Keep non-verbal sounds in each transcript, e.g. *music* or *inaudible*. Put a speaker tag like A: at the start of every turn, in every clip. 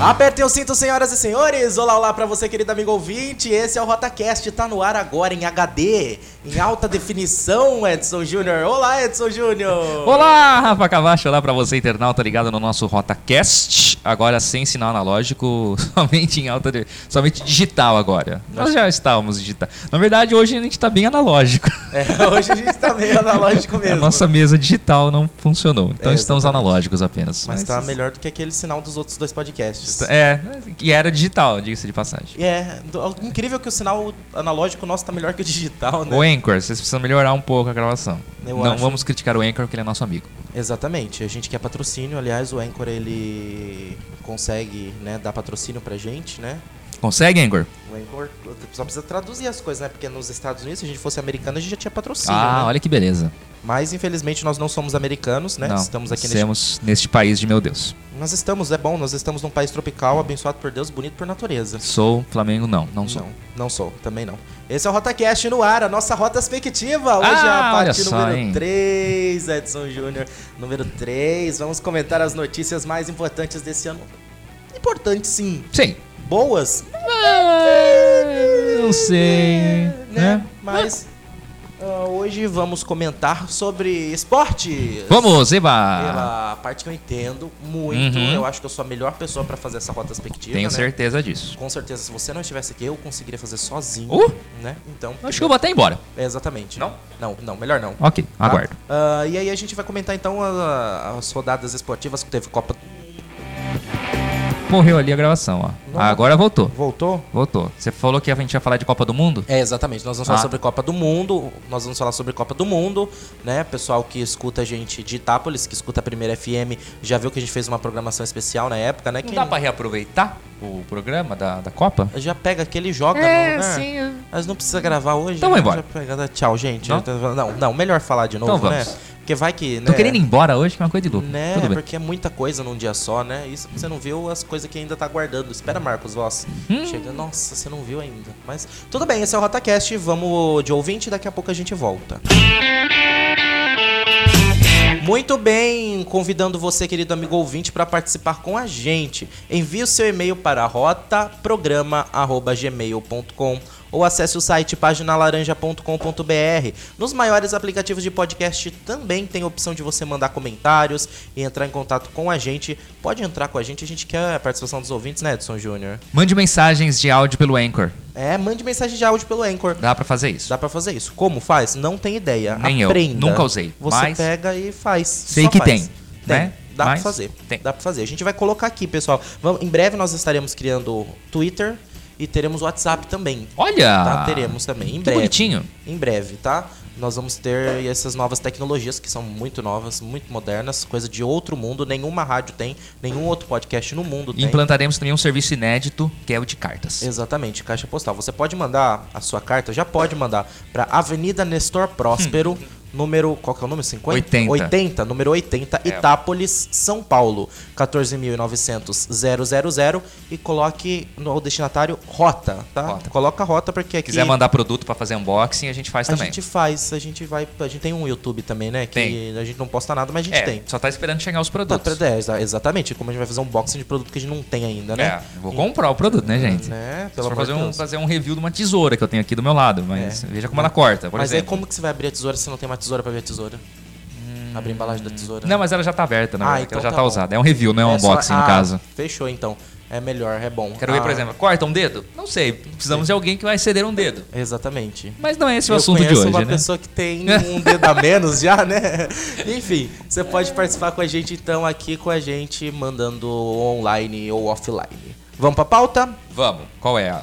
A: Apertem o cinto, senhoras e senhores. Olá, olá pra você, querido amigo ouvinte. Esse é o RotaCast, tá no ar agora em HD, em alta definição, Edson Júnior. Olá, Edson Júnior.
B: Olá, Rafa Cavacho, olá pra você, internauta ligado no nosso RotaCast. Agora sem sinal analógico, *laughs* somente em alta, de- somente digital agora. Nós já estávamos digital. Na verdade, hoje a gente tá bem analógico. *laughs*
A: É, hoje a gente tá meio analógico mesmo. né?
B: A É, nossa mesa digital não funcionou, então
A: É,
B: estamos analógicos apenas.
A: Mas tá melhor do que aquele sinal dos outros dois podcasts.
B: É, que era digital, diga-se de passagem.
A: É, do- incrível que o sinal analógico nosso tá melhor que o digital, né?
B: O Anchor, vocês precisam melhorar um pouco a gravação.
A: Eu
B: não
A: acho.
B: vamos criticar o Anchor, porque ele é nosso amigo.
A: Exatamente, a gente quer patrocínio, aliás, o Anchor ele consegue, né, dar patrocínio pra gente, né?
B: Consegue, Anchor?
A: O Anchor é só precisa traduzir as coisas, né? Porque nos Estados Unidos, se a gente fosse americano, a gente já tinha patrocínio,
B: ah,
A: né?
B: olha que beleza.
A: Mas infelizmente nós não somos americanos, né?
B: Não,
A: estamos aqui neste...
B: estamos neste... país de meu Deus.
A: Nós estamos, é bom, nós estamos num país tropical, abençoado por Deus, bonito por natureza.
B: Sou Flamengo, não, não sou.
A: Não, não sou, também não. Esse é o RotaCast no ar, a nossa rota expectativa. Hoje é a
B: Ah, olha
A: parte
B: só,
A: número
B: hein?
A: 3, Edson Júnior. Número 3, vamos comentar as notícias mais importantes desse ano. Importantes sim.
B: Sim.
A: Boas,
B: Ah, Não sei, né?
A: É, Mas ah, hoje vamos comentar sobre esporte.
B: Vamos, Eba!
A: Pela parte que eu entendo muito,
B: Uhum.
A: eu acho que eu sou a melhor pessoa pra fazer essa rota expectativa.
B: Tenho
A: né?
B: certeza disso.
A: Com certeza, se você não estivesse aqui, eu conseguiria fazer sozinho,
B: Uh!
A: né? Então,
B: Acho que eu vou até embora.
A: é, exatamente.
B: Não?
A: Não, não, melhor não.
B: Ok,
A: tá?
B: aguardo.
A: Ah, e aí a gente vai comentar então a- as rodadas esportivas que teve Copa.
B: Morreu ali a gravação, ó.
A: Não.
B: Agora voltou.
A: Voltou?
B: Voltou. Você falou que a gente ia falar de Copa do Mundo?
A: É, exatamente. Nós vamos falar
B: Ah,
A: sobre Copa do Mundo, nós vamos falar sobre Copa do Mundo, né? Pessoal que escuta a gente de Itápolis, que escuta a primeira FM, já viu que a gente fez uma programação especial na época, né?
B: Não
A: Quem
B: dá pra reaproveitar o programa da, da Copa?
A: já pega aquele e joga no lugar. Mas não precisa gravar hoje.
B: É, Então
A: né?
B: vai embora.
A: Já pega- dá Tchau, gente.
B: Não?
A: Não, não, melhor falar de novo,
B: Então
A: né?
B: vamos.
A: Porque vai que, né?
B: Tô querendo ir embora hoje, que é uma coisa de louco.
A: Né,
B: Tudo bem.
A: porque é muita coisa num dia só, né? Isso você não viu as coisas que ainda tá guardando. Espera, Marcos Voss.
B: Hum.
A: Chega, nossa, você não viu ainda. Mas tudo bem, esse é o RotaCast. Vamos de ouvinte, daqui a pouco a gente volta. Muito bem, convidando você, querido amigo ouvinte, para participar com a gente. Envie o seu e-mail para rotaprograma.gmail.com ou acesse o site paginalaranja.com.br. Nos maiores aplicativos de podcast também tem a opção de você mandar comentários e entrar em contato com a gente. Pode entrar com a gente, a gente quer a participação dos ouvintes, né, Edson Júnior?
B: Mande mensagens de áudio pelo Anchor.
A: É, mande mensagem de áudio pelo Anchor.
B: Dá pra fazer isso.
A: Dá pra fazer isso. Como faz? Não tem ideia.
B: Nem eu.
A: Aprenda.
B: Nunca usei,
A: Você
B: mas
A: pega e faz.
B: sei
A: Só
B: que
A: faz.
B: tem, né?
A: Dá
B: Mas
A: pra fazer.
B: tem.
A: Dá pra fazer. A gente vai colocar aqui, pessoal. Vamos, em breve nós estaremos criando Twitter e teremos WhatsApp também.
B: Olha!
A: Tá? Teremos também. Em
B: Que
A: breve.
B: bonitinho.
A: Em breve, tá? Nós vamos ter essas novas tecnologias que são muito novas, muito modernas, coisa de outro mundo. Nenhuma rádio tem, nenhum outro podcast no mundo tem.
B: Implantaremos também um serviço inédito, que é o de cartas.
A: Exatamente, caixa postal. Você pode mandar a sua carta, já pode mandar para Avenida Nestor Próspero,
B: Hum.
A: número. Qual que é o número? 50?
B: 80.
A: 80, número 80,
B: É.
A: Itápolis, São Paulo. 14.900 000 e coloque no destinatário rota, tá?
B: Rota.
A: Coloca rota porque aqui.
B: quiser mandar produto pra fazer unboxing, a gente faz
A: a
B: também.
A: gente faz, a gente vai. A gente tem um YouTube também, né? Que
B: Tem.
A: a gente não posta nada, mas a gente
B: é,
A: tem.
B: só tá esperando chegar os
A: Tá,
B: produtos.
A: pra- é, exa- exatamente, como a gente vai fazer um unboxing de produto que a gente não tem ainda, né?
B: É, eu vou comprar o produto, né, gente?
A: Né?
B: Só
A: Pelo amor
B: pra
A: de
B: fazer um,
A: Deus.
B: fazer um review de uma tesoura que eu tenho aqui do meu lado, mas
A: É.
B: veja como ela corta, por
A: Mas aí
B: exemplo.
A: como que você vai abrir a tesoura se não tem uma tesoura pra abrir a tesoura? Abrir a embalagem da tesoura.
B: Hum. Não, mas ela já tá aberta, na
A: né? Ah,
B: verdade,
A: então
B: ela já
A: tá
B: tá,
A: bom.
B: usada. É um review, não é um
A: só-
B: unboxing,
A: Ah,
B: no caso.
A: Fechou então. É melhor, é bom.
B: Quero ver, por
A: Ah,
B: exemplo, corta um dedo? Não sei, precisamos de alguém que vai ceder um dedo.
A: Exatamente.
B: Mas não é esse o
A: Eu
B: assunto de
A: conheço
B: hoje,
A: uma
B: né?
A: pessoa que tem um dedo a menos já, né? *laughs* Enfim, você pode participar com a gente então aqui com a gente mandando online ou offline. Vamos pra pauta?
B: Vamos, qual é a...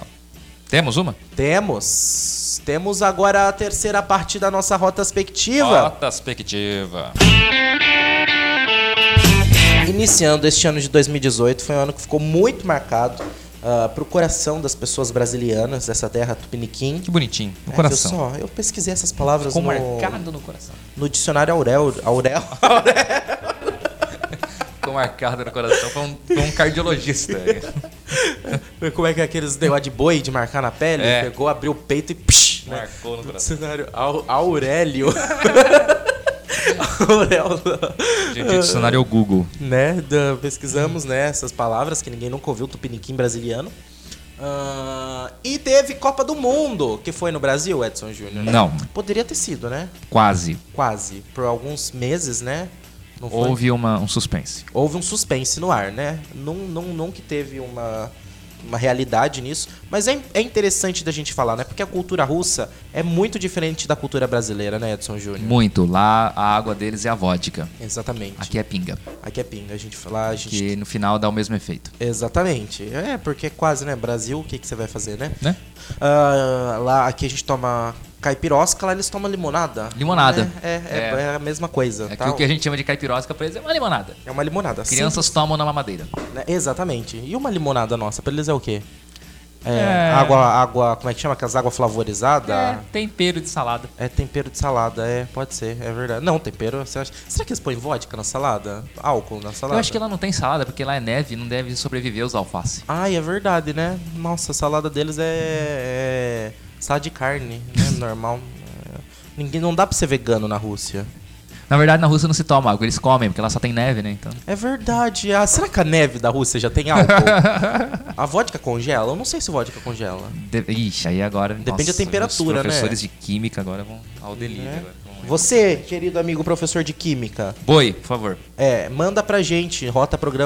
B: Temos uma?
A: Temos. Temos agora a terceira parte da nossa rota expectativa.
B: Rota Perspectiva.
A: Iniciando este ano de 2018, foi um ano que ficou muito marcado ah, pro coração das pessoas brasilianas dessa terra tupiniquim.
B: Que bonitinho, no
A: É,
B: coração.
A: viu só, eu pesquisei essas palavras
B: Ficou
A: no,
B: marcado no coração.
A: no dicionário Aurel.
B: *laughs*
A: Aurel.
B: Ficou marcado no coração, foi um, foi um cardiologista.
A: *laughs* Como é que é aqueles negócio de boi de marcar na pele?
B: É.
A: Pegou, abriu o peito e. Psh, né?
B: Marcou no coração. *laughs*
A: Dicionário Au- *laughs* Aurélio. Aurel.
B: Gente, o dicionário é o Google.
A: né? da- pesquisamos né, essas palavras que ninguém nunca ouviu, tupiniquim brasiliano. Ah, e teve Copa do Mundo, que foi no Brasil, Edson Júnior.
B: Não,
A: Poderia ter sido, né?
B: quase.
A: Quase. Por alguns meses, né? Não foi?
B: Houve uma, um suspense.
A: Houve um suspense no ar, né? Não, não, não que teve uma, uma realidade nisso. Mas é, é interessante da gente falar, né? Porque a cultura russa é muito diferente da cultura brasileira, né, Edson Júnior?
B: Muito. Lá a água deles é a vodka.
A: Exatamente. Aqui
B: Aqui é pinga,
A: é, pinga. A gente fala, a gente
B: que no final dá o mesmo efeito.
A: Exatamente. É, porque é quase, né? Brasil, o que, que você vai fazer, né?
B: Né?
A: Ah, lá, aqui a gente toma caipirosca, lá eles tomam limonada.
B: Limonada.
A: É, é, é-
B: É.
A: é a mesma coisa.
B: É que
A: tá?
B: o que a gente chama de caipirosca pra eles é uma limonada.
A: É uma limonada.
B: Crianças tomam na mamadeira.
A: Sim, né? Exatamente. E uma limonada nossa, pra eles é o quê? É,
B: É.
A: Água, água, como é que chama? Aquelas água flavorizadas?
B: É, tempero de salada.
A: É tempero de salada, é, pode ser, é verdade. Não, tempero, você acha... Será que eles põem vodka na salada? Álcool na salada?
B: Eu acho que lá não tem salada, porque lá é neve e não deve sobreviver os alface.
A: Ai, é verdade, né? Nossa, a salada deles é. é salada de carne, né? *laughs* Normal. É. Ninguém, não dá pra ser vegano na Rússia.
B: Na verdade, na Rússia não se toma água, eles comem, porque lá só tem neve, né? Então.
A: É verdade. Ah, será que a neve da Rússia já tem álcool? a vodka congela? Eu não sei se vodka congela.
B: De... Ixi, aí agora.
A: Depende da
B: nossa,
A: temperatura, né?
B: os professores de química agora vão ao delírio.
A: Né?
B: agora. Vão-
A: Você, querido amigo professor de química,
B: Boi, por favor.
A: é, manda pra gente,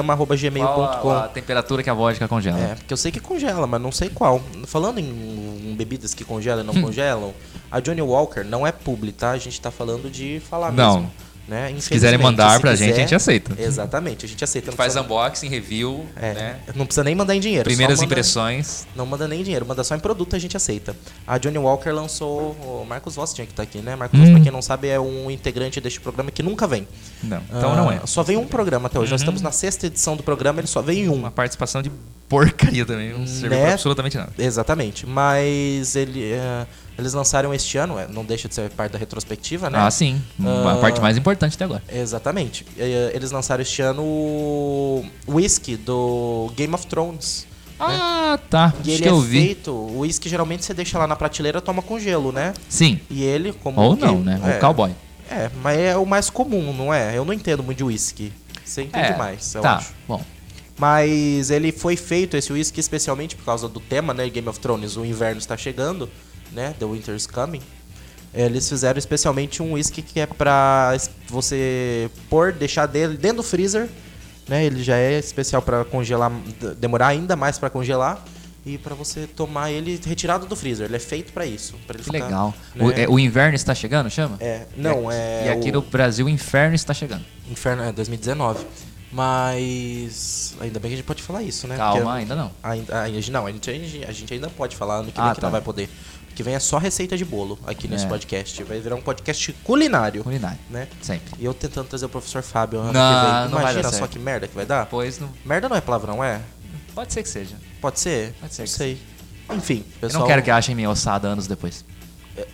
B: Qual a- a,
A: rotaprograma.gmail.com.
B: temperatura que a vodka congela?
A: É, porque eu sei que congela, mas não sei qual. Falando em, em bebidas que congelam e não congelam, a Johnny Walker não é publi, tá? A gente tá falando de falar
B: Não.
A: mesmo. Né?
B: Se quiserem
A: Infelizmente,
B: mandar
A: se
B: pra
A: quiser-
B: gente, a gente aceita.
A: Exatamente, a gente aceita. Não
B: Faz
A: precisa,
B: unboxing, review,
A: é,
B: né?
A: não precisa nem mandar em dinheiro. só
B: Primeiras
A: manda-
B: impressões.
A: Não manda nem em dinheiro, manda só em produto, a gente aceita. A Johnny Walker lançou. O Marcos Voss tinha que estar aqui, né? Marcos Voss,
B: Hum.
A: pra quem não sabe, é um integrante deste programa que nunca vem.
B: Não, então
A: Ah,
B: não é. Uhum.
A: Só vem um programa até hoje. Nós estamos na sexta edição do programa, ele só vem em um. uma.
B: Uma participação de porcaria também, não serviu
A: Né?
B: pra absolutamente nada.
A: Exatamente. Mas ele, eh, eles lançaram este ano, eh, não deixa de ser parte da retrospectiva, né?
B: Ah, sim.
A: Ah.
B: A parte mais importante até agora.
A: Exatamente. Eh, Eles lançaram este ano o Whisky do Game of Thrones.
B: Ah, tá.
A: É. E
B: Acho
A: ele
B: que eu
A: é
B: vi.
A: feito. O whisky geralmente você deixa lá na prateleira toma com gelo, né?
B: Sim.
A: E ele, como.
B: Ou
A: o
B: não,
A: Game-
B: né?
A: É,
B: O cowboy.
A: É, mas é o mais comum, não é? Eu não entendo muito de whisky. Você entende mais, eu
B: tá.
A: acho.
B: Bom,
A: Mas ele foi feito, esse whisky, especialmente por causa do tema, né? Game of Thrones, o inverno está chegando, né? The Winter's Coming. É, Eles fizeram especialmente um whisky que é pra es- você pôr, deixar dele dentro do freezer, né? Ele já é especial pra congelar, d- demorar ainda mais pra congelar e pra você tomar ele retirado do freezer. Ele é feito pra isso, pra ele
B: que
A: ficar,
B: legal.
A: né?
B: O, é, o inverno está chegando, chama?
A: É, não, é
B: E aqui
A: o-
B: no Brasil, o inferno está chegando.
A: Inferno é 2019. Mas ainda bem que a gente pode falar isso, né?
B: Calma,
A: Porque-
B: ainda não.
A: Ainda, ainda- não, a gente, a gente ainda pode falar, ano que vem
B: Ah,
A: que
B: tá.
A: não vai poder. Ano Que vem é só receita de bolo aqui nesse
B: É.
A: podcast. Vai virar um podcast culinário,
B: Culinário.
A: né?
B: Sempre.
A: E eu tentando trazer o professor Fábio ano
B: Não,
A: que
B: não
A: vem.
B: vai dar
A: Imagina só
B: certo.
A: que merda que vai dar.
B: Pois não.
A: Merda não é palavrão, é?
B: Pode ser que seja.
A: Pode ser?
B: Pode ser
A: Não
B: que
A: sei. Enfim,
B: Eu
A: pessoal.
B: não quero que achem minha ossada anos depois.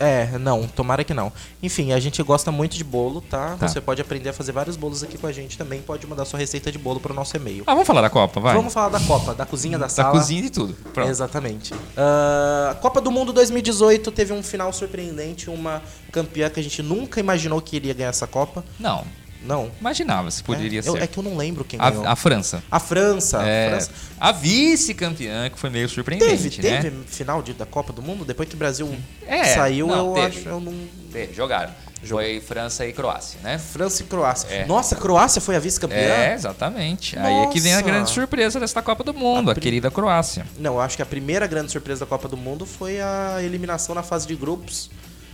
A: É, não, tomara que não. Enfim, a gente gosta muito de bolo, tá?
B: Tá.
A: Você pode aprender a fazer vários bolos aqui com a gente também. Pode mandar sua receita de bolo pro nosso e-mail.
B: Ah, vamos falar da Copa, vai.
A: Vamos falar da Copa, da cozinha da
B: da
A: sala.
B: cozinha e tudo. Pronto.
A: Exatamente. Ah, a Copa do Mundo 2018 teve um final surpreendente, uma campeã que a gente nunca imaginou que iria ganhar essa Copa.
B: Não,
A: Não.
B: imaginava se poderia
A: é,
B: ser.
A: Eu, é que eu não lembro quem ganhou.
B: a,
A: A,
B: a França.
A: França.
B: É,
A: A França.
B: a vice-campeã, que foi meio surpreendente,
A: Teve,
B: né?
A: teve final de- da Copa do Mundo? Depois que o Brasil
B: É,
A: saiu,
B: não,
A: eu
B: teve.
A: acho. Eu não...
B: Teve, jogaram. Foi França e Croácia, né?
A: França e Croácia.
B: É.
A: Nossa, a Croácia foi a vice-campeã?
B: É, exatamente. Aí é que vem a
A: Nossa.
B: grande surpresa desta Copa do Mundo, a,
A: pri-
B: querida Croácia.
A: Não, eu acho que a primeira grande surpresa da Copa do Mundo foi a eliminação na fase de grupos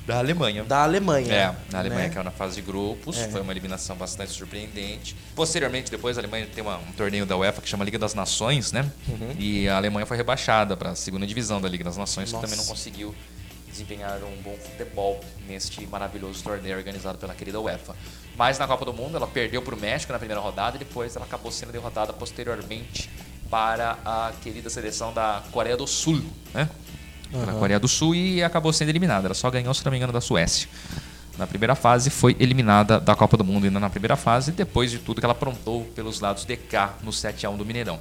B: Da Alemanha.
A: da Alemanha.
B: É, a Alemanha
A: né? É.
B: caiu na fase de grupos, foi uma eliminação bastante surpreendente. Posteriormente, depois, a Alemanha tem uma- um torneio da UEFA que chama Liga das Nações, né?
A: Uhum.
B: E a Alemanha foi rebaixada para a segunda divisão da Liga das Nações,
A: Nossa.
B: que também não conseguiu desempenhar um bom futebol neste maravilhoso torneio organizado pela querida UEFA. Mas na Copa do Mundo, ela perdeu para o México na primeira rodada e depois ela acabou sendo derrotada posteriormente para a querida seleção da Coreia do Sul, né? Para a Coreia do Sul e acabou sendo eliminada. Ela só ganhou, se não me engano, da Suécia. Na primeira fase foi eliminada da Copa do Mundo ainda na primeira fase, depois de tudo que ela aprontou pelos lados de cá no 7 a 1 do um Mineirão.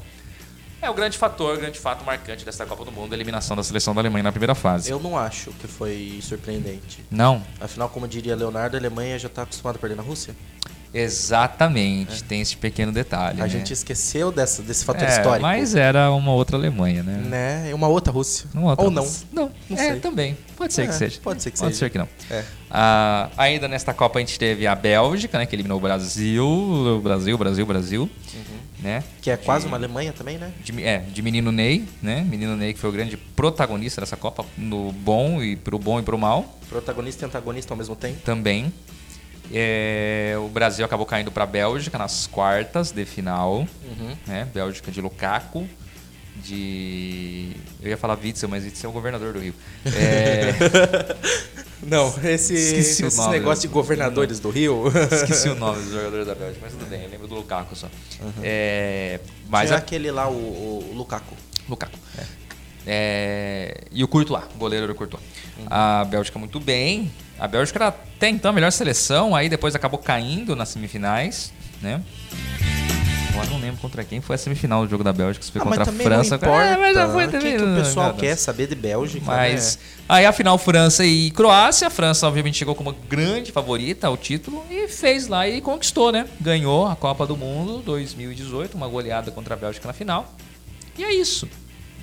B: É o grande fator, o grande fato marcante desta Copa do Mundo, a eliminação da seleção da Alemanha na primeira fase.
A: Eu não acho que foi surpreendente.
B: Não,
A: Afinal, como diria Leonardo, a Alemanha já tá acostumada a perder na Rússia.
B: exatamente. Tem esse pequeno detalhe.
A: É. a
B: né?
A: gente esqueceu dessa, desse fator
B: É,
A: histórico.
B: Mas era uma outra Alemanha, né?
A: Né? É uma outra Rússia.
B: Uma outra-
A: Ou não.
B: Não,
A: Não
B: é,
A: sei.
B: também. Pode ser
A: É,
B: que seja.
A: pode ser que
B: Pode
A: seja.
B: ser que não.
A: É.
B: Ah, ainda nesta Copa a gente teve a Bélgica, né? Que eliminou o Brasil. Brasil, Brasil, Brasil. Né?
A: Que é quase uma Alemanha também, né?
B: De, é, de menino Ney, né? Menino Ney que foi o grande protagonista dessa Copa, no bom e pro bom e pro mal
A: Protagonista e antagonista ao mesmo tempo.
B: também. É, o Brasil acabou caindo para a Bélgica nas quartas de final, né? Bélgica de Lukaku, de eu ia falar Witzel, mas Witzel é o governador do Rio. É, *laughs*
A: Não, *laughs* esse,
B: Esqueci o
A: esses
B: nome.
A: negócios de governadores do Rio.
B: Esqueci o nome dos jogadores da Bélgica, mas tudo bem, eu lembro do Lukaku só. É, *laughs* mas
A: Mas é
B: a-
A: aquele lá, o, o Lukaku.
B: Lukaku. É, e o Courtois, goleiro do Courtois.
A: Uhum.
B: A Bélgica muito bem. A Bélgica era até então a melhor seleção, aí depois acabou caindo nas semifinais, né? Agora não lembro contra quem foi a semifinal do jogo da Bélgica, se foi
A: Ah,
B: contra
A: mas
B: a
A: também
B: França.
A: não importa.
B: É, mas já foi
A: o que
B: também,
A: que o
B: não,
A: pessoal
B: nada.
A: quer saber de Bélgica,
B: Mas
A: né?
B: aí a final França e Croácia. A França obviamente chegou como grande favorita ao título e fez lá e conquistou, né? Ganhou a Copa do Mundo 2018, uma goleada contra a Bélgica na final. E é isso,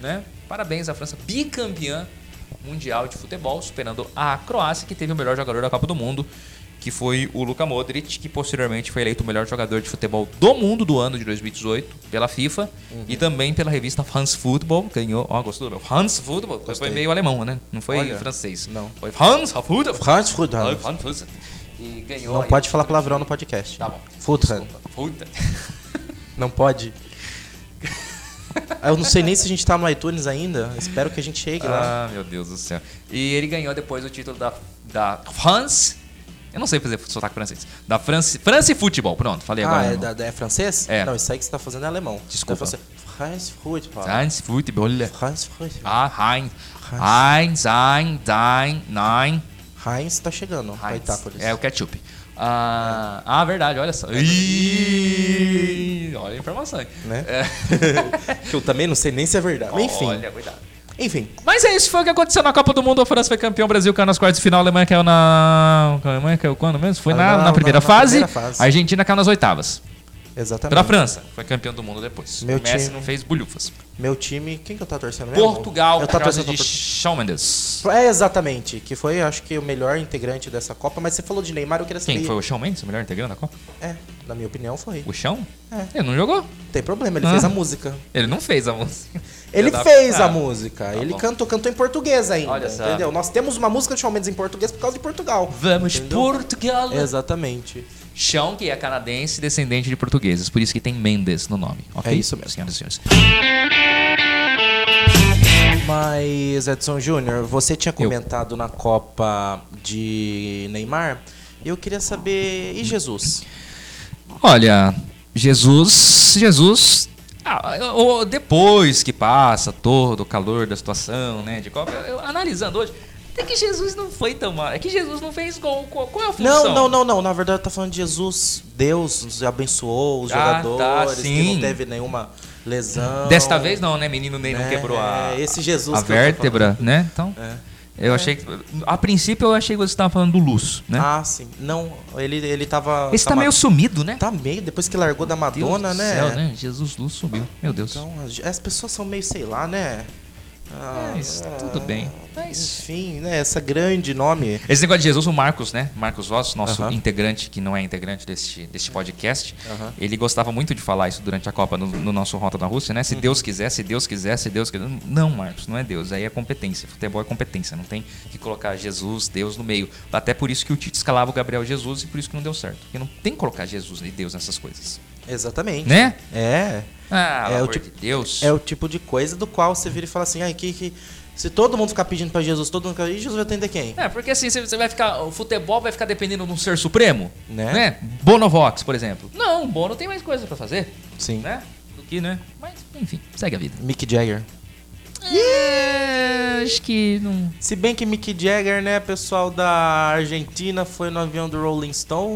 B: né? Parabéns à França, bicampeã mundial de futebol, superando a Croácia que teve o melhor jogador da Copa do Mundo. Que foi o Luka Modric, que posteriormente foi eleito o melhor jogador de futebol do mundo do ano de 2018 pela FIFA
A: Uhum.
B: e também pela revista France Football. Ganhou, ó, gostou do meu? France Football, foi
A: Gostei.
B: meio alemão, né? Não foi
A: Olha.
B: francês.
A: Não.
B: Foi France Football.
A: Franz Rudolph.
B: France Football. E ganhou.
A: Não
B: aí-
A: pode falar palavrão no podcast.
B: Tá bom.
A: Futra.
B: Puta.
A: Não pode. Ah, Eu não sei nem se a gente tá no iTunes ainda. Espero que a gente chegue lá.
B: Ah, meu Deus do céu. E ele ganhou depois o título da, da France. Eu não sei fazer sotaque francês. Da France, France Football. Pronto, falei
A: Ah,
B: agora.
A: é,
B: não.
A: da- da- é francês?
B: É.
A: Não, isso aí que você tá fazendo é alemão.
B: Desculpa. Tá.
A: Tá falando assim, France Football.
B: France Football.
A: France Football.
B: Ah, Heinz. Heinz, Heinz, Heinz, Nine.
A: Heinz tá chegando. Vai
B: Heinz.
A: estar por isso.
B: É o ketchup. Ah, ah, verdade, olha só. Ih, olha a informação. aí.
A: Né?
B: É.
A: Que eu também não sei nem se é verdade. Mas Enfim.
B: Olha, cuidado.
A: Enfim.
B: Mas é isso, foi o que aconteceu na Copa do Mundo. A França foi campeão, o Brasil caiu nas quartas de final, a Alemanha caiu na. A Alemanha caiu quando mesmo? Foi na,
A: Ah,
B: na
A: não,
B: primeira
A: na- na
B: fase.
A: primeira fase.
B: A Argentina caiu nas oitavas. Pela
A: Exatamente.
B: França, foi campeão do mundo depois.
A: Meu
B: o Messi
A: time.
B: não fez bulhufas.
A: Meu time. Quem que eu tava torcendo mesmo?
B: Portugal,
A: Eu
B: por
A: tava
B: causa
A: torcendo pra
B: de Shawn Mendes.
A: Portugal. É, exatamente. Que foi, acho que, o melhor integrante dessa Copa. Mas você falou de Neymar, eu queria saber.
B: Quem foi o Shawn Mendes, o melhor integrante da Copa?
A: É, na minha opinião, foi.
B: O Shawn?
A: É.
B: Ele não jogou.
A: Não tem problema, ele
B: Ah.
A: fez a música.
B: Ele não fez a
A: *laughs*
B: música.
A: Ele
B: Eu dava-
A: fez
B: Ah,
A: a música. ele
B: bom.
A: cantou, cantou em português ainda,
B: Olha só.
A: entendeu? Nós temos uma música de Shawn Mendes em português por causa de Portugal.
B: Vamos,
A: entendeu?
B: Portugal!
A: Exatamente.
B: Chão, que é canadense, descendente de portugueses. Por isso que tem Mendes no nome. ok?
A: É isso mesmo.
B: senhoras e senhores.
A: Mas, Edson Júnior, você tinha comentado na Copa de Neymar. Eu queria saber. E Jesus?
B: Olha, Jesus, Jesus, ah, eu- eu- depois que passa todo o calor da situação, né, de Copa, eu- eu analisando hoje, até que Jesus não foi tão mal, é que Jesus não fez gol, qual, qual é a função?
A: Não, não, não, não. Na verdade, tá falando de Jesus. Deus nos abençoou os
B: Ah, tá,
A: jogadores, que
B: sim.
A: não teve nenhuma lesão.
B: Desta vez não, né, menino nem não
A: né?
B: quebrou a,
A: É, esse Jesus
B: a
A: que eu tô
B: vértebra, né, então...
A: É.
B: Eu achei que. A princípio eu achei que você estava falando do Luz, né?
A: Ah, sim. Não, ele, ele tava.
B: Esse tá
A: tava-
B: meio sumido, né?
A: Tá meio, depois que largou da
B: Deus
A: Madonna,
B: do
A: né?
B: céu, né? Jesus Luz sumiu. Meu Deus.
A: Então, as, as pessoas são meio, sei lá, né? Ah,
B: Mas
A: ah,
B: É, tá tudo bem. é Mas
A: Enfim, né? Essa grande nome.
B: Esse negócio de Jesus, o Marcos, né? Marcos Voss, nosso
A: Aham.
B: integrante, que não é integrante deste, deste podcast,
A: Aham.
B: ele gostava muito de falar isso durante a Copa no, no nosso Rota da Rússia, né? Se
A: Uhum.
B: Deus quiser, se Deus quiser, se Deus quiser. Não, Marcos, não é Deus. Aí é competência. Futebol é competência. Não tem que colocar Jesus, Deus no meio. Até por isso que o Tite escalava o Gabriel Jesus e por isso que não deu certo. Porque não tem que colocar Jesus e Deus nessas coisas.
A: Exatamente.
B: Né?
A: É.
B: Ah,
A: É
B: pelo
A: o
B: amor
A: tipo-
B: de Deus.
A: É o tipo de coisa do qual você vira e fala assim, ai, que, que. Se todo mundo ficar pedindo pra Jesus, todo mundo fica. E Jesus vai atender quem?
B: É, porque assim, você você vai ficar. O futebol vai ficar dependendo de um ser supremo?
A: Né?
B: Bonovox, por exemplo. Não, Bono tem mais coisa pra fazer,
A: Sim.
B: né? Do que, né? Mas, enfim, segue a vida.
A: Mick Jagger.
B: É, acho que não.
A: Se bem que Mick Jagger, né, pessoal da Argentina, foi no avião do Rolling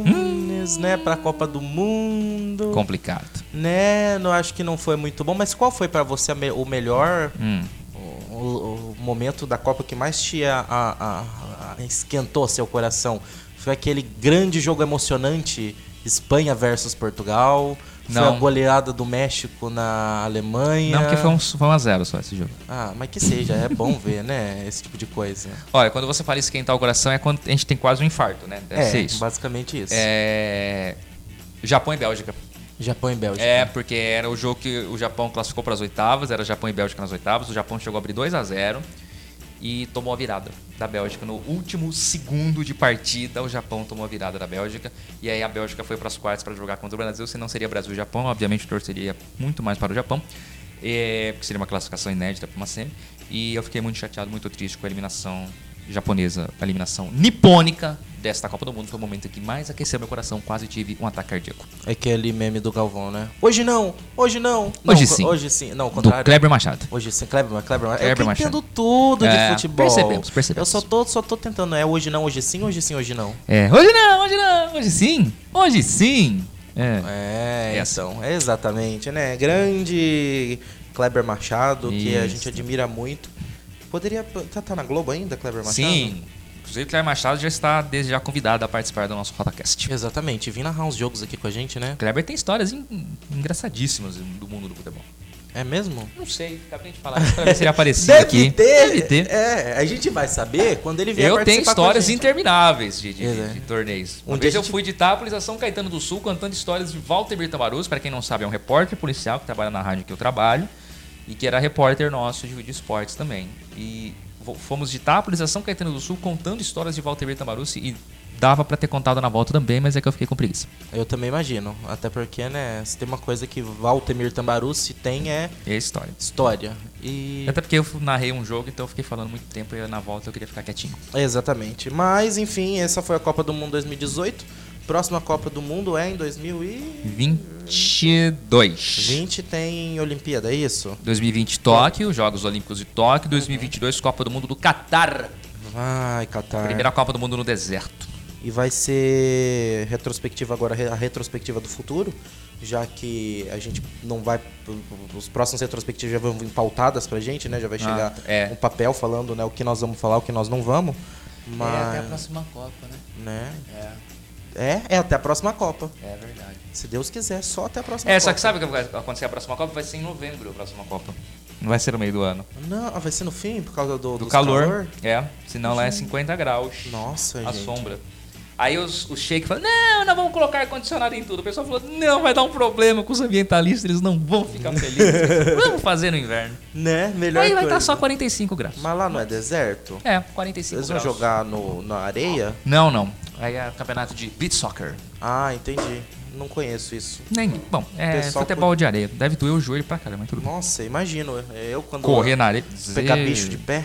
A: Stones, né, pra Copa do Mundo.
B: Complicado.
A: Né, não acho que não foi muito bom, mas qual foi pra você a me- o melhor
B: Hum.
A: o, o- o momento da Copa que mais te a- a- a- a- esquentou seu coração foi aquele grande jogo emocionante Espanha versus Portugal foi
B: Não.
A: a goleada do México na Alemanha
B: Não, porque foi um, foi um a zero só esse jogo.
A: ah mas que seja é bom ver né esse tipo de coisa
B: Olha, quando você fala esquentar o coração é quando a gente tem quase um infarto, né? Deve ser
A: é
B: isso.
A: basicamente isso
B: É... Japão e Bélgica.
A: Japão e Bélgica
B: É, porque era o jogo que o Japão classificou para as oitavas, era Japão e Bélgica nas oitavas. O Japão chegou a abrir 2 a 0 e tomou a virada da Bélgica. No último segundo de partida, o Japão tomou a virada da Bélgica. E aí a Bélgica foi para as quartas para jogar contra o Brasil. Se não seria Brasil e Japão, obviamente eu torceria muito mais para o Japão, é, porque seria uma classificação inédita para uma semi. E eu fiquei muito chateado, muito triste com a eliminação japonesa, a eliminação nipônica desta Copa do Mundo. Foi o momento que mais aqueceu meu coração, quase tive um ataque cardíaco.
A: é aquele meme do Galvão né hoje não hoje não Não,
B: Hoje
A: co-
B: sim.
A: hoje sim não o
B: Do
A: contrário
B: Kleber Machado.
A: Hoje sim, Kleber, Kleber, eu que
B: Kleber Machado.
A: entendo tudo
B: É,
A: de futebol.
B: percebemos, percebemos.
A: Eu só tô, só tô tentando, é hoje não, hoje sim, hoje sim, hoje não.
B: É, hoje não, hoje não, hoje sim, hoje sim. É.
A: É,
B: Essa.
A: então, é exatamente, né? Grande Kleber Machado, que a
B: Isso.
A: gente admira muito. Poderia. Tá, tá na Globo ainda, Kleber Machado?
B: Sim. Inclusive, Cleber Machado já está desde já convidado a participar do nosso Rotacast.
A: Exatamente, vim narrar uns jogos aqui com a gente, né?
B: Kleber tem histórias en- engraçadíssimas do mundo do futebol.
A: É mesmo?
B: Não sei, acabei de falar. isso pra ver Se ele aparecia aqui. *laughs* Deve ter.
A: É, a gente vai saber quando ele vier
B: Eu tenho
A: participar com a
B: histórias
A: gente.
B: intermináveis de, de-
A: Exato.
B: de torneios.
A: Um
B: Uma
A: dia
B: vez
A: a
B: eu
A: gente-
B: fui de Itápolis a São Caetano do Sul contando histórias de Walter Tamaruz, para quem não sabe, é um repórter policial que trabalha na rádio que eu trabalho e que era repórter nosso de, de esportes também. E vo- fomos de Itápolis a São Caetano do Sul contando histórias de Walter Tamaruz e dava para ter contado na volta também, mas é que eu fiquei com preguiça.
A: Eu também imagino. Até porque, né? Se tem uma coisa que Valtemir Tambaru se tem é
B: É a história.
A: história. E.
B: Até porque eu narrei um jogo, então eu fiquei falando muito tempo e na volta eu queria ficar quietinho.
A: Exatamente. Mas, enfim, essa foi a Copa do Mundo 2018. Próxima Copa do Mundo é em 2020.
B: 22.
A: Tem Olimpíada, é isso?
B: 2020 Tóquio, Jogos Olímpicos de Tóquio, 2022 Copa do Mundo do Catar,
A: Vai, Catar.
B: primeira Copa do Mundo no deserto.
A: E vai ser retrospectiva agora, a retrospectiva do futuro, já que a gente não vai. Os próximos retrospectivos já vão vir pautadas pra gente, né? Já vai chegar
B: é.
A: um papel falando né, o que nós vamos falar, o que nós não vamos. Mas.
B: próxima Copa, né?
A: né?
B: É,
A: É, é até a próxima Copa.
B: é verdade.
A: Se Deus quiser, só até a próxima
B: É,
A: Copa.
B: só que sabe o que vai acontecer a próxima Copa? Vai ser em novembro a próxima Copa. Não vai ser no meio do ano.
A: Não, ah, vai ser no fim por causa do,
B: Do
A: dos
B: calor, É, senão lá é 50 graus.
A: Nossa,
B: a
A: gente.
B: sombra. Aí os, o Sheik falou, não, nós vamos colocar ar-condicionado em tudo. O pessoal falou, não, vai dar um problema com os ambientalistas, eles não vão ficar
A: *laughs*
B: felizes. vamos fazer no inverno.
A: Né? Melhor
B: Aí vai
A: coisa.
B: estar só 45 graus.
A: Mas lá não é deserto?
B: É, 45
A: Eles vão
B: graus.
A: jogar no, na areia?
B: Não, não. Aí é campeonato de beach soccer.
A: Ah, entendi. Não conheço isso.
B: Nem, bom, é
A: Pessoal
B: futebol de areia. Deve doer o joelho pra caramba, mas tudo bem.
A: Nossa, imagino. É Eu quando...
B: Correr na areia.
A: Pegar
B: zê-
A: bicho de pé.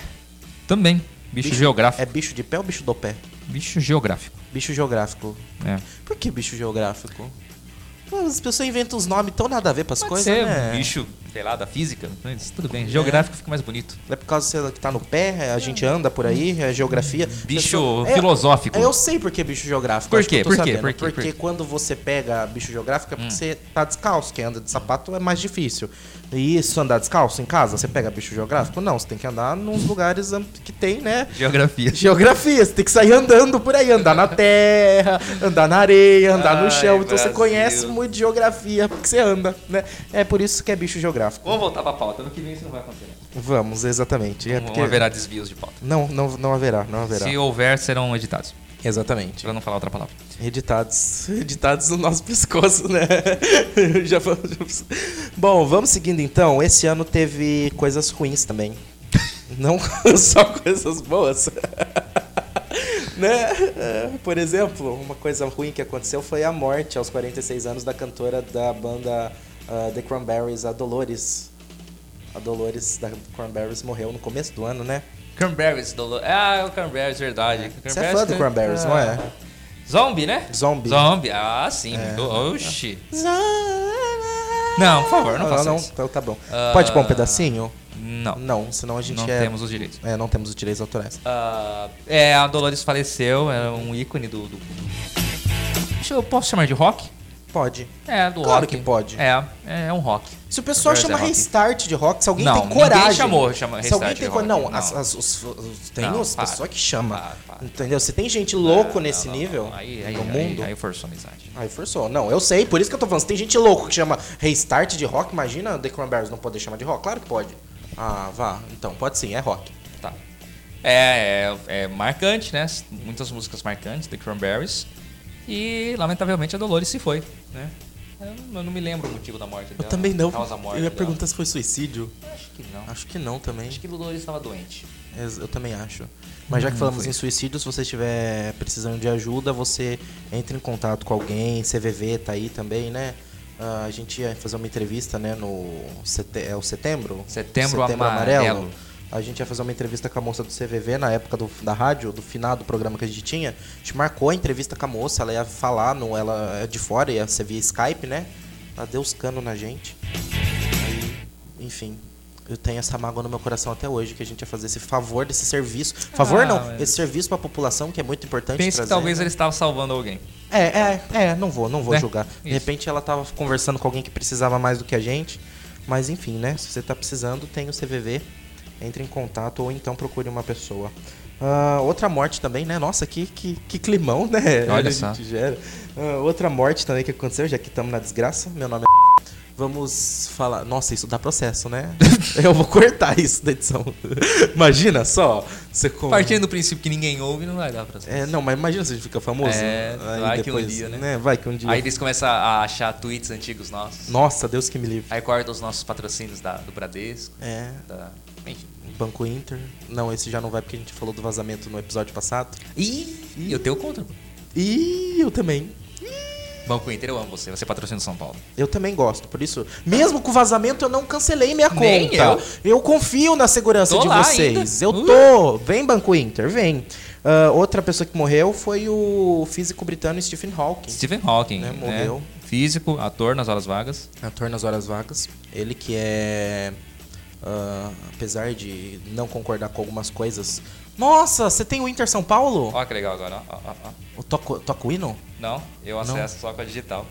B: Também. Bicho, geográfico.
A: É bicho é- de pé ou bicho do pé?
B: Bicho geográfico.
A: Bicho geográfico.
B: É.
A: Por que bicho geográfico? Pô, As pessoas inventam os nomes tão nada a ver pras
B: Pode
A: coisas,
B: ser
A: né?
B: bicho, sei lá, da física. mas Tudo bem. Geográfico fica mais bonito.
A: É por causa sei lá, que tá no pé, a gente anda por aí, é geografia.
B: Hum, Bicho
A: É,
B: filosófico.
A: É, Eu sei por que bicho geográfico.
B: Por
A: acho que
B: quê?
A: eu tô
B: Por quê?
A: sabendo.
B: Por quê? Por
A: Porque
B: quê? Hum.
A: quando você pega bicho geográfico é porque você tá descalço. Quem anda de sapato é mais difícil. E isso, andar descalço em casa, você pega bicho geográfico? Não, você tem que andar nos lugares am- que tem, né?
B: Geografia.
A: Geografia, você tem que sair andando por aí, andar na terra, andar na areia, andar no
B: Ai,
A: chão. Então você
B: Brasil.
A: conhece muito de geografia porque você anda, né? É por isso que é bicho geográfico.
B: Vamos voltar pra pauta. No que vem isso não vai acontecer.
A: Vamos, exatamente. É
B: Não,
A: porque-
B: não haverá desvios de pauta.
A: Não, não, não haverá, não haverá.
B: Se houver, serão editados.
A: Exatamente.
B: Pra não falar outra palavra.
A: Editados. *laughs* Editados no nosso pescoço, né? *laughs* já vamos, já vamos- Bom, vamos seguindo então. Esse ano teve coisas ruins também. Não *laughs* só coisas boas. *laughs* né? É, Por exemplo, uma coisa ruim que aconteceu foi a morte aos 46 anos da cantora da banda ah, The Cranberries, a Dolores. A Dolores da Cranberries morreu no começo do ano, né?
B: Cranberries, Dolores. Ah, o Cranberries, verdade.
A: Você é fã do Cranberries, não é?
B: Zombie, né?
A: Zombie.
B: Zombie, ah, sim.
A: É.
B: Do- Oxi.
A: Não,
B: Não, por favor, não
A: não,
B: faça
A: não,
B: isso.
A: Então tá bom.
B: Ah.
A: Pode pôr um pedacinho?
B: Não, Não.
A: Não, senão a gente
B: Não
A: é.
B: temos os direitos.
A: É, não temos os direitos autorais.
B: Ah, é, a Dolores faleceu, era um ícone do. do... Deixa Eu posso chamar de rock?
A: Pode.
B: É, do
A: Claro
B: rock.
A: que pode.
B: É, é um rock.
A: Se o pessoal
B: Girls
A: chama
B: é rock.
A: restart de rock, se alguém
B: Não,
A: tem
B: ninguém
A: coragem.
B: chamou, chama
A: se alguém
B: restart
A: tem
B: de
A: co-
B: rock,
A: Não,
B: não.
A: as- as- os, os- tem
B: Não,
A: as
B: para,
A: pessoas que chama.
B: para, para.
A: Entendeu? Se tem gente louco
B: Não,
A: nesse
B: não, não,
A: nível
B: não. Aí, aí,
A: no
B: aí,
A: mundo.
B: Aí, forçou a amizade.
A: Aí forçou. Não, eu sei, por isso que eu tô falando. Se tem gente louco que chama restart de rock, imagina The Cranberries não poder chamar de rock. Claro que pode. Ah, vá. Então, pode sim, é rock.
B: Tá. É, é, é marcante, né? Muitas músicas marcantes, The Cranberries. E, lamentavelmente, a Dolores se foi, né? Eu, eu não me lembro o motivo da morte
A: Eu
B: dela.
A: também não.
B: Causa morte né?
A: Eu ia
B: dela.
A: perguntar se foi suicídio.
B: Acho que não.
A: Acho que não também.
B: Acho que a Dolores estava doente.
A: Eu, eu também acho. Mas já que falamos em suicídio, se você estiver precisando de ajuda, você entra em contato com alguém. CVV tá aí também, né? Ah, a gente ia fazer uma entrevista, né? No sete, é o setembro?
B: Setembro Amarelo.
A: A gente ia fazer uma entrevista com a moça do CVV na época do- da rádio, do final do programa que a gente tinha. A gente marcou a entrevista com a moça, ela ia falar, no, ela é de fora, ia ser via Skype, né? Ela deu os canos na gente. Enfim, eu tenho essa mágoa no meu coração até hoje que a gente ia fazer esse favor desse serviço. Favor
B: Ah,
A: não,
B: mas-
A: esse serviço pra população que é muito importante
B: Pensa que
A: trazer. né?
B: talvez ele estava salvando alguém.
A: É, é, é, não vou, não vou
B: Né?
A: julgar. De
B: Isso.
A: repente ela tava conversando com alguém que precisava mais do que a gente. Mas enfim, né? Se você tá precisando, tem o CVV. Entre em contato ou então procure uma pessoa. Ah, outra morte também, né? Nossa, que, que, que climão, né?
B: Olha
A: A
B: só.
A: gente gera. Ah, outra morte também que aconteceu, já que estamos na desgraça. Meu nome é. *laughs* Vamos falar. Nossa, isso dá processo,
B: *laughs*
A: né? Eu vou cortar isso da edição. *laughs* Imagina só. Você com...
B: Partindo do princípio que ninguém ouve, não vai dar pra
A: É, não, mas imagina se a gente fica famoso.
B: É, vai que um dia, né?
A: Vai que um dia.
B: Aí eles começam a achar tweets antigos nossos.
A: Nossa, Deus que me livre.
B: Aí corta os nossos patrocínios da, do Bradesco.
A: É,
B: Da... Enfim.
A: Banco Inter. Não, esse já não vai porque a gente falou do vazamento no episódio passado.
B: E eu tenho contra.
A: E eu também.
B: Banco Inter, eu amo você. Você patrocina o São Paulo.
A: Eu também gosto. Por isso, mesmo com o vazamento, eu não cancelei minha conta.
B: Nem eu.
A: confio na segurança
B: Tô
A: de
B: lá
A: vocês.
B: ainda. Hum.
A: Eu tô. Vem, Banco Inter, vem. Ah, outra pessoa que morreu foi o físico britânico Stephen Hawking.
B: Stephen Hawking,
A: Né,
B: né?
A: morreu.
B: Físico, ator nas horas vagas.
A: ator nas horas vagas. Ele que é. ah, apesar de não concordar com algumas coisas. Nossa, você tem o Inter São Paulo?
B: Ó, que legal agora. ó, ó, ó, ó.
A: O Toco, toco o hino?
B: Não, eu acesso só com
A: *gasps*
B: a digital.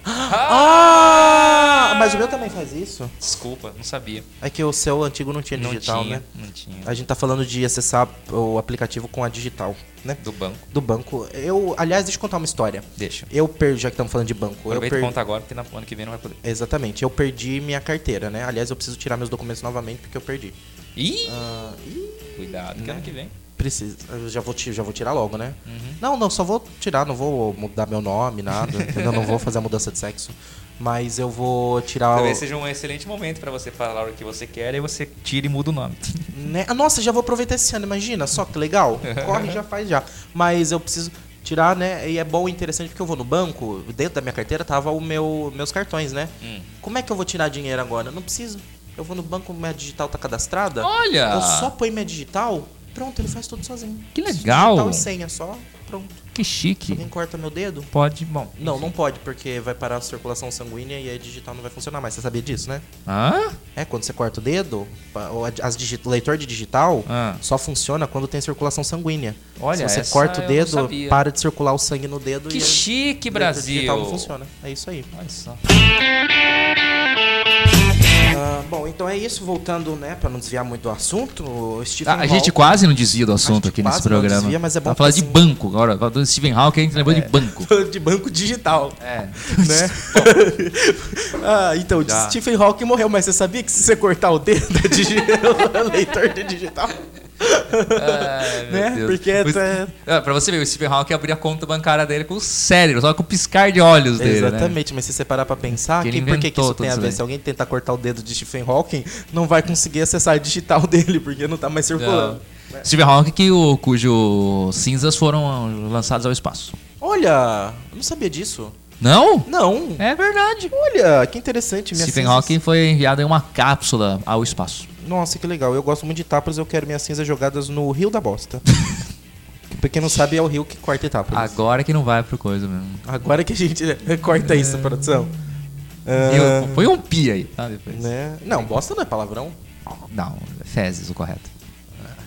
A: Ah! Mas o meu também faz isso.
B: Desculpa, não sabia.
A: É que o seu antigo não tinha
B: não
A: digital,
B: tinha,
A: né?
B: não tinha.
A: A gente tá falando de acessar o aplicativo com a digital, né?
B: Do banco.
A: Do banco. Eu, aliás, deixa eu contar uma história.
B: Deixa.
A: Eu perdi, já que estamos falando de banco, eu
B: Aproveita e
A: perdi.
B: conta agora, porque na ano que vem não vai poder.
A: Exatamente, eu perdi minha carteira, né? Aliás, eu preciso tirar meus documentos novamente porque eu perdi.
B: Ih!
A: Ah, ih,
B: Cuidado,
A: Né?
B: que ano que vem.
A: Precisa. Eu já vou, ti- já vou tirar logo, né? Não, não, só vou tirar, não vou mudar meu nome, nada. entendeu? não vou fazer a mudança de sexo. Mas eu vou tirar
B: Talvez
A: o.
B: seja um excelente momento pra você falar o que você quer e você tira e muda o nome.
A: Né? Ah, nossa, já vou aproveitar esse ano, imagina, só que
B: *laughs*
A: legal. Corre, já faz já. Mas eu preciso tirar, né? E é bom e interessante porque eu vou no banco, dentro da minha carteira tava o meu meus cartões, né?
B: Hum.
A: Como é que eu vou tirar dinheiro agora? Eu Não preciso. Eu vou no banco, minha digital tá cadastrada.
B: *laughs* Olha!
A: Eu só ponho minha digital, pronto, ele faz tudo sozinho.
B: Que legal!
A: Digital e senha só, pronto.
B: Ah, Que chique.
A: Alguém corta meu dedo?
B: Pode, bom.
A: Não, não pode, porque vai parar a circulação sanguínea e aí digital não vai funcionar mais. Você sabia disso, né?
B: Hã?
A: É, quando você corta o dedo, pa- ou a- as digi- o leitor de digital
B: Ah.
A: só funciona quando tem circulação sanguínea.
B: Olha,
A: Se você
B: essa
A: corta o
B: eu não
A: dedo,
B: sabia.
A: para de circular o sangue no dedo
B: Que
A: e o
B: chique,
A: leitor
B: Brasil.
A: digital não funciona. É isso aí.
B: Olha só.
A: Ah, bom, então é isso. Voltando, né, pra não desviar muito do assunto, o Stephen
B: Ah, a gente
A: Hawking-
B: quase não desvia do assunto
A: um gente
B: aqui nesse
A: quase não
B: programa.
A: desvia, mas é bom
B: Tá falando
A: que
B: de
A: assim- É.
B: banco agora. agora Do Stephen Hawking, a gente lembrou de *laughs* banco.
A: de banco digital.
B: É.
A: né? ah, então,
B: Já.
A: Stephen Hawking morreu, mas você sabia que se você cortar o dedo da digi- *laughs* o leitor de digital? *laughs* Né? Porque é-
B: ah, Pra você ver, o Stephen Hawking abriu a conta bancária dele com o cérebro, só com o piscar de olhos dele, né?
A: Exatamente, mas se você parar pra pensar,
B: Que
A: que
B: ele
A: por que, que
B: inventou
A: isso
B: tudo
A: tem a
B: isso
A: ver?
B: daí.
A: Se alguém tentar cortar o dedo de Stephen Hawking, não vai conseguir acessar a digital *laughs* dele, porque não tá mais circulando.
B: Não. Stephen Hawking, que o, cujo cinzas foram lançados ao espaço.
A: Olha, eu não sabia disso.
B: Não?
A: Não.
B: É verdade.
A: Olha, que interessante. minhas
B: Stephen
A: cinzas-
B: Hawking foi enviado em uma cápsula ao espaço.
A: Nossa, que legal. Eu gosto muito de tapas, eu quero minhas cinzas jogadas no Rio da
B: *laughs*
A: Bosta. pra quem não sabe, é o rio que corta etapas.
B: Agora que não vai pro coisa mesmo.
A: Agora que a gente *laughs* corta
B: É.
A: isso, produção. Ah,
B: Eu- Põe um pi aí, tá? Depois.
A: né? Não, bosta não é palavrão.
B: Não, é fezes o correto.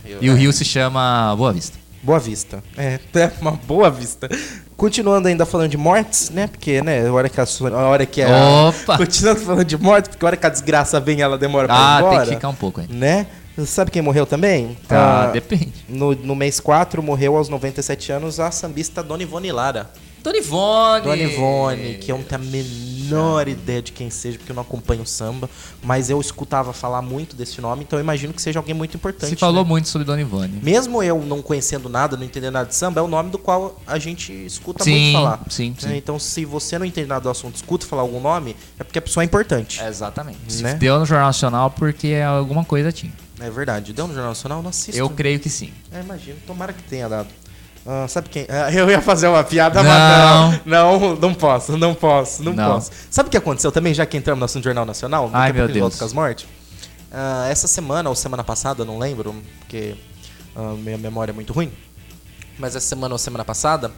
A: Eu-
B: E o rio se chama Boa Vista.
A: Boa Vista. É, *laughs* é uma boa vista. Continuando ainda falando de mortes, né? Porque, né, a hora que a, su- a hora que é a... *laughs*
B: Opa!
A: Continuando falando de mortes, porque a hora que a desgraça vem, ela demora pra ir
B: Ah,
A: embora.
B: tem que ficar um pouco ainda.
A: Né? Sabe quem morreu também?
B: Ah,
A: Ah,
B: depende.
A: no, no mês 4 morreu aos 97 anos a sambista Dona Ivone Lara.
B: Dona Ivone!
A: Dona Ivone, que eu não tenho a menor ideia de quem seja, porque eu não acompanho o samba, mas eu escutava falar muito desse nome, então eu imagino que seja alguém muito importante.
B: Se falou
A: né?
B: muito sobre Dona Ivone.
A: Mesmo eu não conhecendo nada, não entendendo nada de samba, é o nome do qual a gente escuta muito
B: Sim,
A: falar.
B: sim,
A: Né?
B: sim.
A: Então, se você não entende nada do assunto, escuta falar algum nome, é porque a pessoa é importante.
B: Exatamente.
A: Né?
B: Deu no Jornal Nacional porque alguma coisa tinha.
A: É verdade. Deu no Jornal Nacional? Não assisto.
B: Eu creio que sim.
A: É, imagino. Tomara que tenha dado. Ah, sabe quem? Ah, eu ia fazer uma piada, mas não.
B: Não.
A: Não, não posso, não posso, não,
B: Não.
A: posso. Sabe o que aconteceu também, já que entramos no assunto do Jornal Nacional? Daqui a
B: Ai,
A: pouco
B: meu
A: eu volto
B: Deus.
A: com as mortes. Ah, essa semana, ou semana passada, não lembro, porque ah, minha memória é muito ruim. Mas essa semana ou semana passada,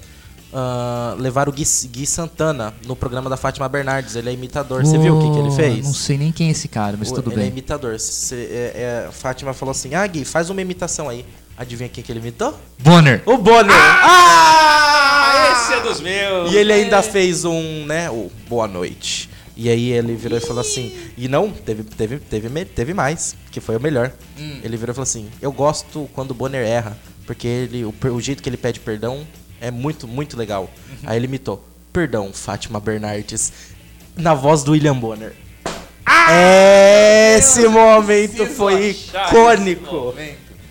A: ah, levaram o Gui, Gui Santana no programa da Fátima Bernardes. Ele é imitador. Você viu o que, que ele
B: Oh,
A: fez?
B: Não sei nem quem é esse cara, mas
A: O-
B: tudo
A: ele é
B: bem.
A: imitador. Se- é- é, a Fátima falou assim: Ah, Gui, faz uma imitação aí. Adivinha quem que ele imitou?
B: Bonner!
A: O Bonner! Ah!
B: esse é dos meus!
A: E ele ainda fez um, né? O Boa Noite. E aí ele virou e falou assim: E não, teve, teve, teve, me- teve mais, que foi o melhor.
B: Hum.
A: Ele virou e falou assim: Eu gosto quando o Bonner erra, porque ele, o, per- o jeito que ele pede perdão é muito, muito legal.
B: Uhum.
A: Aí ele imitou: Perdão, Fátima Bernardes, na voz do William Bonner.
B: Ah!
A: Esse momento foi icônico.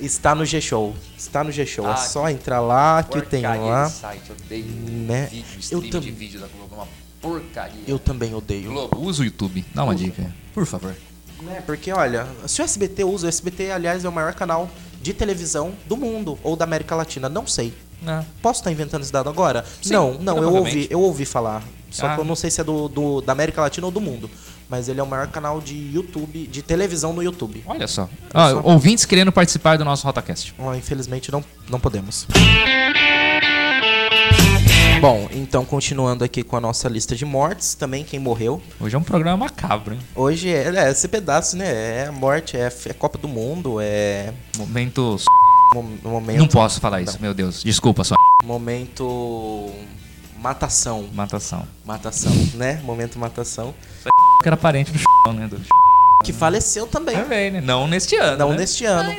A: Está no G-Show. Está no G-Show. é
B: Ah,
A: só entrar lá que tem lá.
B: site, eu odeio
A: Né? vídeo, é Eu stream tam- de
B: vídeo da Globo, uma porcaria.
A: Eu também odeio.
B: Globo, usa o YouTube, dá uma dica, por favor.
A: Né? Porque, olha, se o SBT usa, o SBT, aliás, é o maior canal de televisão do mundo ou da América Latina, não sei.
B: Né?
A: Posso estar inventando esse dado agora?
B: Sim,
A: não, não, eu
B: provavelmente.
A: ouvi, eu ouvi falar. Só
B: Ah.
A: que eu não sei se é do, do- da América Latina ou do mundo. Mas ele é o maior canal de YouTube, de televisão no YouTube.
B: Olha só. Ó, ouvintes querendo participar do nosso RotaCast.
A: Ó, infelizmente não, não podemos. Bom, então continuando aqui com a nossa lista de mortes, também quem morreu.
B: Hoje é um programa macabro, hein?
A: Hoje é, é esse pedaço, né? É a morte, é, é Copa do Mundo, é
B: Momento. s***.
A: mo- momento.
B: Não posso falar isso, meu Deus. Desculpa, só.
A: Momento matação.
B: Matação.
A: Matação, né? Momento matação.
B: Que era parente do s***, né? Do s***.
A: Que faleceu também.
B: Também, né? Não neste ano.
A: Não
B: né?
A: neste ano.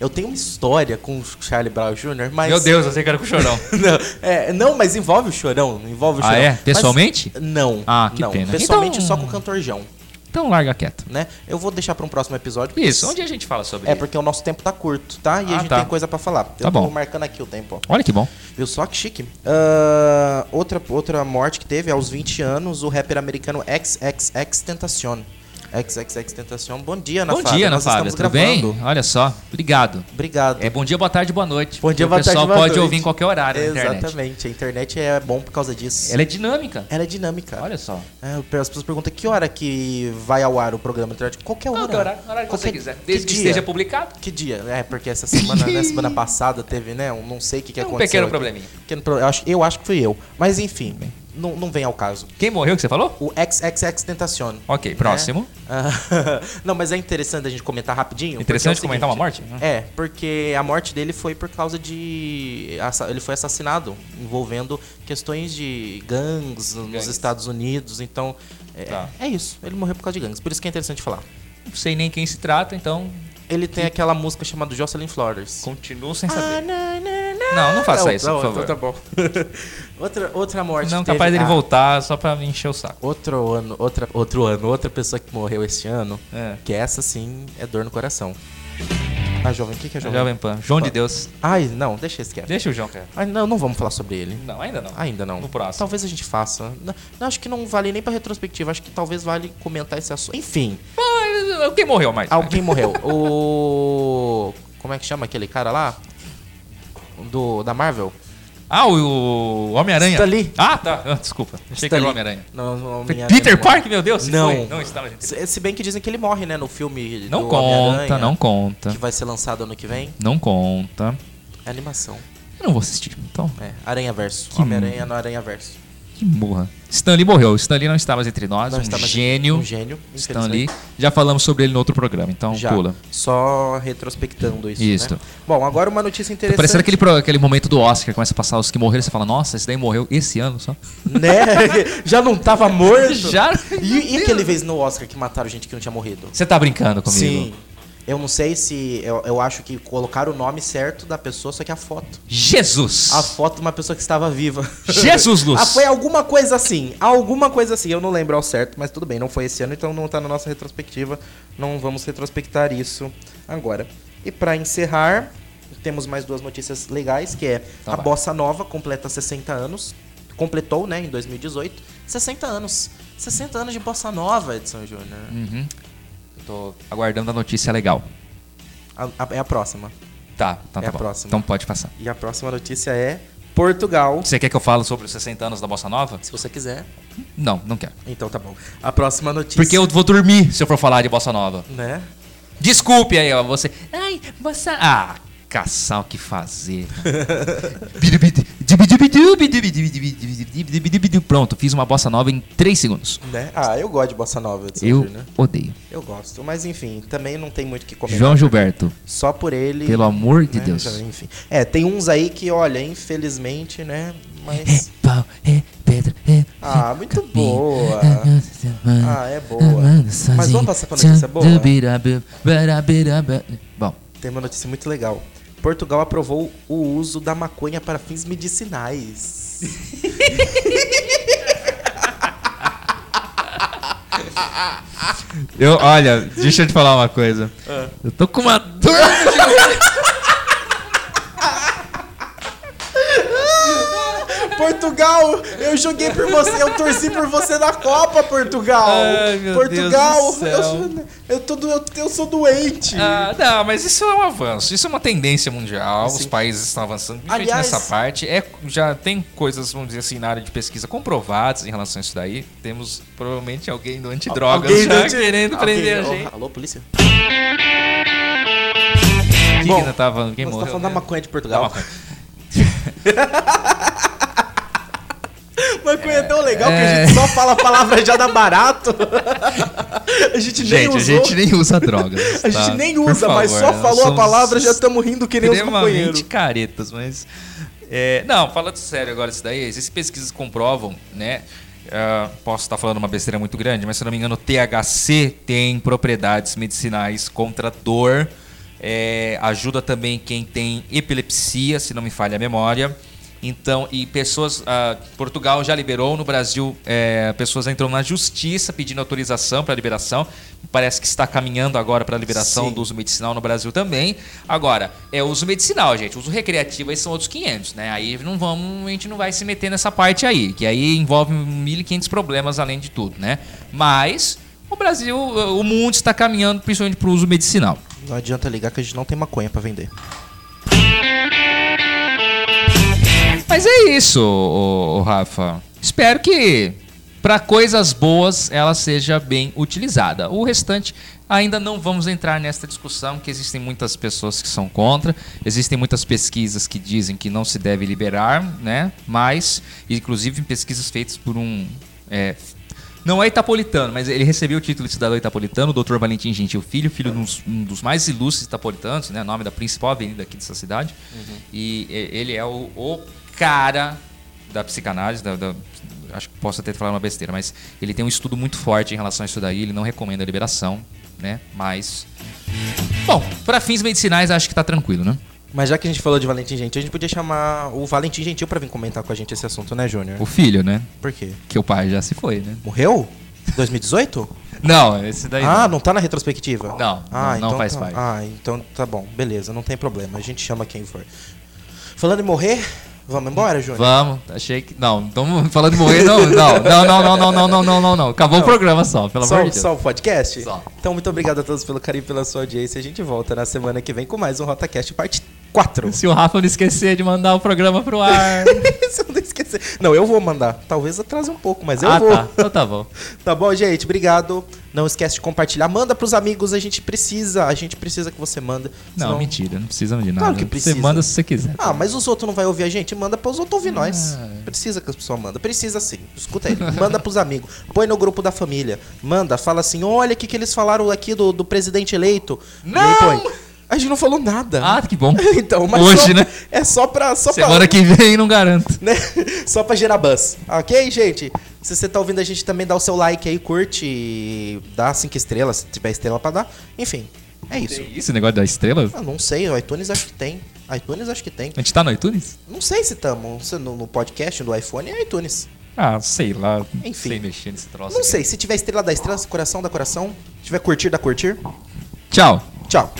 A: Eu tenho uma história com o Charlie Brown Jr., mas.
B: Meu Deus, eu sei que era com o chorão.
A: *laughs* não, é, não, mas envolve o chorão. Envolve o
B: Ah,
A: chorão.
B: é?
A: Mas-
B: Pessoalmente?
A: não.
B: Ah, que
A: não.
B: pena.
A: Pessoalmente
B: Então-
A: só com o cantorjão,
B: Então larga quieto.
A: né? Eu vou deixar pra um próximo episódio. porque
B: Isso, onde a gente fala sobre
A: É
B: isso?
A: porque o nosso tempo tá curto, tá? E a
B: Ah,
A: gente
B: tá.
A: tem coisa pra falar. Eu tô
B: Tá bom.
A: marcando aqui o tempo, ó.
B: Olha que bom.
A: Viu só que chique? Ah, outra, outra morte que teve aos 20 anos, o rapper americano XXX Tentacion. XXX Tentacion. Bom dia, Ana
B: bom
A: Fábia.
B: dia, Ana
A: Nós
B: Fábia.
A: estamos
B: Tudo
A: gravando.
B: bem? Olha só. Obrigado.
A: Obrigado.
B: É bom dia, boa tarde, boa noite.
A: Bom dia,
B: Porque
A: boa
B: O pessoal
A: tarde, boa
B: pode
A: noite.
B: ouvir em qualquer horário na internet.
A: Exatamente. A internet é bom por causa disso. Ela,
B: Ela é dinâmica.
A: é dinâmica.
B: Olha só.
A: É, as pessoas perguntam que hora que vai ao ar o programa de rádio? Qualquer hora.
B: Qualquer horário, horário que você
A: Qualquer-
B: quiser. Desde que,
A: dia?
B: esteja publicado.
A: Que dia? É, porque essa semana, né, semana passada teve, né? Um, não sei o que, que
B: É um
A: aconteceu.
B: pequeno
A: aqui.
B: probleminha.
A: Pequeno pro- eu, acho, eu acho que fui eu. Mas enfim, não, não vem ao caso.
B: Quem morreu que você falou?
A: O XXX Tentacion.
B: Ok, próximo.
A: Ah, *laughs* não, mas é interessante a gente comentar rapidinho.
B: Interessante
A: porque é o
B: comentar uma
A: seguinte,
B: morte?
A: É, porque a morte dele foi por causa de. assa- Ele foi assassinado, envolvendo questões de gangues nos
B: Gangues.
A: Estados Unidos. Então, é,
B: Tá.
A: é isso. Ele morreu por causa de gangues. Por isso que é interessante falar.
B: Não sei nem quem se trata, então
A: Ele tem aquela música chamada Jocelyn Flowers.
B: continuo sem
A: Ah,
B: saber.
A: na, na, na.
B: Não, não faça
A: Não,
B: isso,
A: não,
B: por favor.
A: então tá bom. *laughs* outra, outra morte.
B: Não,
A: que teve-
B: capaz dele
A: ah,
B: voltar só pra me encher o saco.
A: Outro ano, outra, outro ano, outra pessoa que morreu este ano,
B: É.
A: que essa sim é dor no coração. A jovem, o que, que é a jovem?
B: Jovem Pan. João de Deus.
A: Ai, não, deixa esse quieto.
B: Deixa o João, cara.
A: Ai, não, não vamos falar sobre ele.
B: Não, ainda não.
A: Ainda não.
B: No próximo.
A: Talvez a gente faça. Não, não, acho que não vale nem pra retrospectiva, acho que talvez vale comentar esse assunto. Enfim,
B: Ah, Quem morreu mais?
A: Então- alguém
B: *laughs*
A: morreu. O. Como é que chama aquele cara lá? Do, da Marvel?
B: Ah, o o Homem-Aranha.
A: Stan Lee.
B: Ah, tá. Ah, Desculpa. Achei
A: Stan
B: que era o
A: Lee.
B: Homem-Aranha.
A: Não, não,
B: Foi
A: Homem-Aranha
B: Peter
A: não.
B: Park, meu Deus? se
A: Não.
B: foi. Não está na gente.
A: Se se bem que dizem que ele morre, né, no filme
B: Não
A: do
B: conta,
A: Homem-Aranha,
B: não conta.
A: Que vai ser lançado ano que vem.
B: Não conta.
A: É animação.
B: Eu não vou assistir, então.
A: É, Aranha Verso.
B: Que
A: Homem-Aranha no Aranha Verso.
B: Que morra. Stanley morreu. Stanley não está mais entre nós.
A: Não
B: um,
A: está mais-
B: gênio.
A: Um gênio.
B: Stanley. Já falamos sobre ele no outro programa, então
A: Já.
B: pula.
A: Só retrospectando isso.
B: Isso.
A: né? Bom, agora uma notícia interessante.
B: Parecendo aquele, pro- aquele momento do Oscar, começa a passar os que morreram, você fala, nossa, esse daí morreu esse
A: *laughs*
B: ano só.
A: Né? Já não tava morto?
B: Já?
A: E, e aquele vez no Oscar que mataram gente que não tinha morrido?
B: Você tá brincando comigo?
A: Sim. Eu não sei se. Eu, eu acho que colocaram o nome certo da pessoa, só que a foto.
B: Jesus!
A: A foto de uma pessoa que estava viva.
B: *laughs* Jesus, Luz!
A: Ah, foi alguma coisa assim. Alguma coisa assim. Eu não lembro ao certo, mas tudo bem. Não foi esse ano, então não tá na nossa retrospectiva. Não vamos retrospectar isso agora. E pra encerrar, temos mais duas notícias legais, que é
B: Então
A: a
B: vai.
A: Bossa Nova completa 60 anos. Completou, né, em 2018. 60 anos. 60 anos de Bossa Nova, Edson Júnior.
B: Uhum. Eu Tô aguardando a notícia legal.
A: A- a- É a próxima.
B: Tá, então
A: É
B: tá
A: a
B: bom.
A: próxima.
B: Então pode passar.
A: E a próxima notícia é Portugal.
B: Você quer que eu fale sobre os 60 anos da Bossa Nova?
A: Se você quiser.
B: Não, não quero.
A: Então tá bom. A próxima notícia.
B: Porque eu vou dormir se eu for falar de Bossa Nova.
A: Né?
B: Desculpe aí, ó, você. Ai, Bossa. Ah, caçar o
A: *laughs*
B: que fazer. Pronto, fiz uma Bossa Nova em 3 segundos.
A: Né? Ah, eu gosto de Bossa Nova, Edson
B: Eu
A: Júnior.
B: odeio.
A: Eu gosto, mas enfim, também não tem muito o que comentar.
B: João Gilberto,
A: Só por ele.
B: pelo amor de
A: né,
B: Deus.
A: já- enfim. É, tem uns aí que, olha, infelizmente, né?
B: É
A: Mas.
B: pau, é pedra, é.
A: Ah, muito
B: caminho.
A: boa. Ah, é boa. Mas vamos passar pra notícia boa?
B: boa? Bom,
A: Tem uma notícia muito legal. Portugal aprovou o uso da maconha para fins medicinais.
B: *laughs* eu, olha, deixa eu te falar uma coisa.
A: Ah.
B: Eu tô com uma dor.
A: Portugal, eu joguei por você, eu torci por você na Copa, Portugal.
B: Ai, meu
A: Portugal,
B: Deus do céu.
A: Eu, eu, tô do- eu, eu sou doente.
B: Ah, não, mas isso é um avanço, isso é uma tendência mundial, os
A: Sim.
B: países estão avançando principalmente
A: Aliás-
B: nessa parte. É, já tem coisas, vamos dizer assim, na área de pesquisa comprovadas em relação a isso daí. Temos provavelmente alguém do antidrogas
A: Alguém
B: já
A: do-
B: querendo
A: Alguém-
B: prender
A: oh,
B: a gente.
A: Alô, polícia?
B: Quem que
A: Bom,
B: ainda tava, quem
A: Você
B: morreu?
A: tá falando da
B: né?
A: maconha de
B: Da
A: Portugal. *laughs*
B: maconha.
A: Maconha é tão legal que a gente só fala a palavra já dá
B: *laughs*
A: barato. a gente nem
B: Gente, a
A: usou.
B: gente nem usa drogas.
A: *laughs* A gente
B: tá?
A: nem
B: Por
A: usa, mas
B: favor,
A: só
B: nós
A: falou a
B: somos
A: palavra já estamos rindo que nem os
B: extremamente
A: companheiros.
B: caretas, mas. é, não, falando sério agora isso daí, existem pesquisas que comprovam, né? ah, posso estar falando uma besteira muito grande, mas se eu não me engano, o THC tem propriedades medicinais contra dor. é, ajuda também quem tem epilepsia, se não me falha a memória. Então, e pessoas. ah, Portugal já liberou, no Brasil, é, pessoas entram na justiça pedindo autorização para liberação. Parece que está caminhando agora para a liberação
A: Sim.
B: do uso medicinal no Brasil também. Agora, é uso medicinal, gente. Uso recreativo aí são outros 500, né? Aí não vamos, a gente não vai se meter nessa parte aí, que aí envolve 1.500 problemas além de tudo, né? Mas o Brasil, o mundo está caminhando principalmente para o uso medicinal.
A: Não adianta ligar que a gente não tem maconha pra vender.
B: Mas é isso, ô- ô Rafa. Espero que para coisas boas ela seja bem utilizada. O restante ainda não vamos entrar nesta discussão que existem muitas pessoas que são contra, existem muitas pesquisas que dizem que não se deve liberar, né? Mas inclusive pesquisas feitas por um é, não é itapolitano, mas ele recebeu o título de cidadão itapolitano, o Dr. Valentim Gentil Filho, filho de uns- um dos mais ilustres itapolitanos, né? Nome da principal avenida aqui dessa cidade. E e- ele é o, o cara da psicanálise, da- da- acho que posso até falar uma besteira, mas ele tem um estudo muito forte em relação a isso daí, ele não recomenda a liberação, né? Mas. Bom, para fins medicinais acho que tá tranquilo, né?
A: Mas já que a gente falou de Valentim Gentil, a gente podia chamar o Valentim Gentil pra vir comentar com a gente esse assunto, né, Júnior?
B: O filho, né?
A: Por quê?
B: Que o pai já se foi, né?
A: Morreu? 2018?
B: Não, esse daí.
A: Ah, não tá na retrospectiva?
B: Não,
A: ah,
B: não- não faz
A: tá-
B: parte.
A: Ah, então tá bom, beleza, não tem problema. A gente chama quem for. Falando em morrer, vamos embora, Júnior?
B: Vamos, achei que. Não, estamos falando de morrer, não. Não, não, não, não, não, não, não, não, não, não. Acabou o programa só, pelo
A: Só,
B: amor de Deus.
A: só o podcast?
B: Só.
A: Então, muito obrigado a todos pelo carinho e pela sua audiência. A gente volta na semana que vem com mais um RotaCast parte 4. *laughs*
B: Se o Rafa não esquecer de mandar o programa pro ar.
A: Isso eu não esqueci. Não, eu vou mandar. Talvez atrase um pouco, mas eu
B: ah,
A: vou.
B: tá. Então tá bom.
A: Tá bom, gente? Obrigado. Não esquece de compartilhar. Manda pros amigos, a gente precisa. A gente precisa que você manda.
B: Não,
A: senão-
B: mentira, não precisa de nada.
A: Claro que precisa.
B: Você manda se você
A: *laughs*
B: quiser.
A: Ah, mas os outros não vai ouvir a gente? Manda pros outros ouvir nós.
B: Ah.
A: Precisa que as pessoas mandem. Precisa sim. Escuta aí. Manda pros amigos. Põe no grupo da família. Manda, fala assim: olha o que, que eles falaram aqui do, do presidente eleito. E aí
B: Não!
A: põe. A gente não falou nada.
B: Ah, que bom.
A: *laughs* Então, mas
B: Hoje,
A: só-
B: né?
A: é só pra. Só pra
B: Semana que vem não garanto.
A: né? *laughs* Só pra gerar buzz. Ok, gente? Se você tá ouvindo a gente também, dá o seu like aí, curte e dá cinco estrelas, se tiver estrela pra dar. Enfim, é isso.
B: Esse negócio da estrela?
A: Ah, não sei, o iTunes acho que tem. iTunes acho que tem.
B: A gente tá no iTunes?
A: Não sei se tamo se no, no podcast do iPhone é iTunes.
B: Ah, sei lá.
A: Enfim.
B: Sem mexer nesse troço.
A: Não
B: aqui.
A: sei, se tiver estrela da estrela, coração da coração, se tiver curtir da curtir.
B: Tchau.
A: Tchau.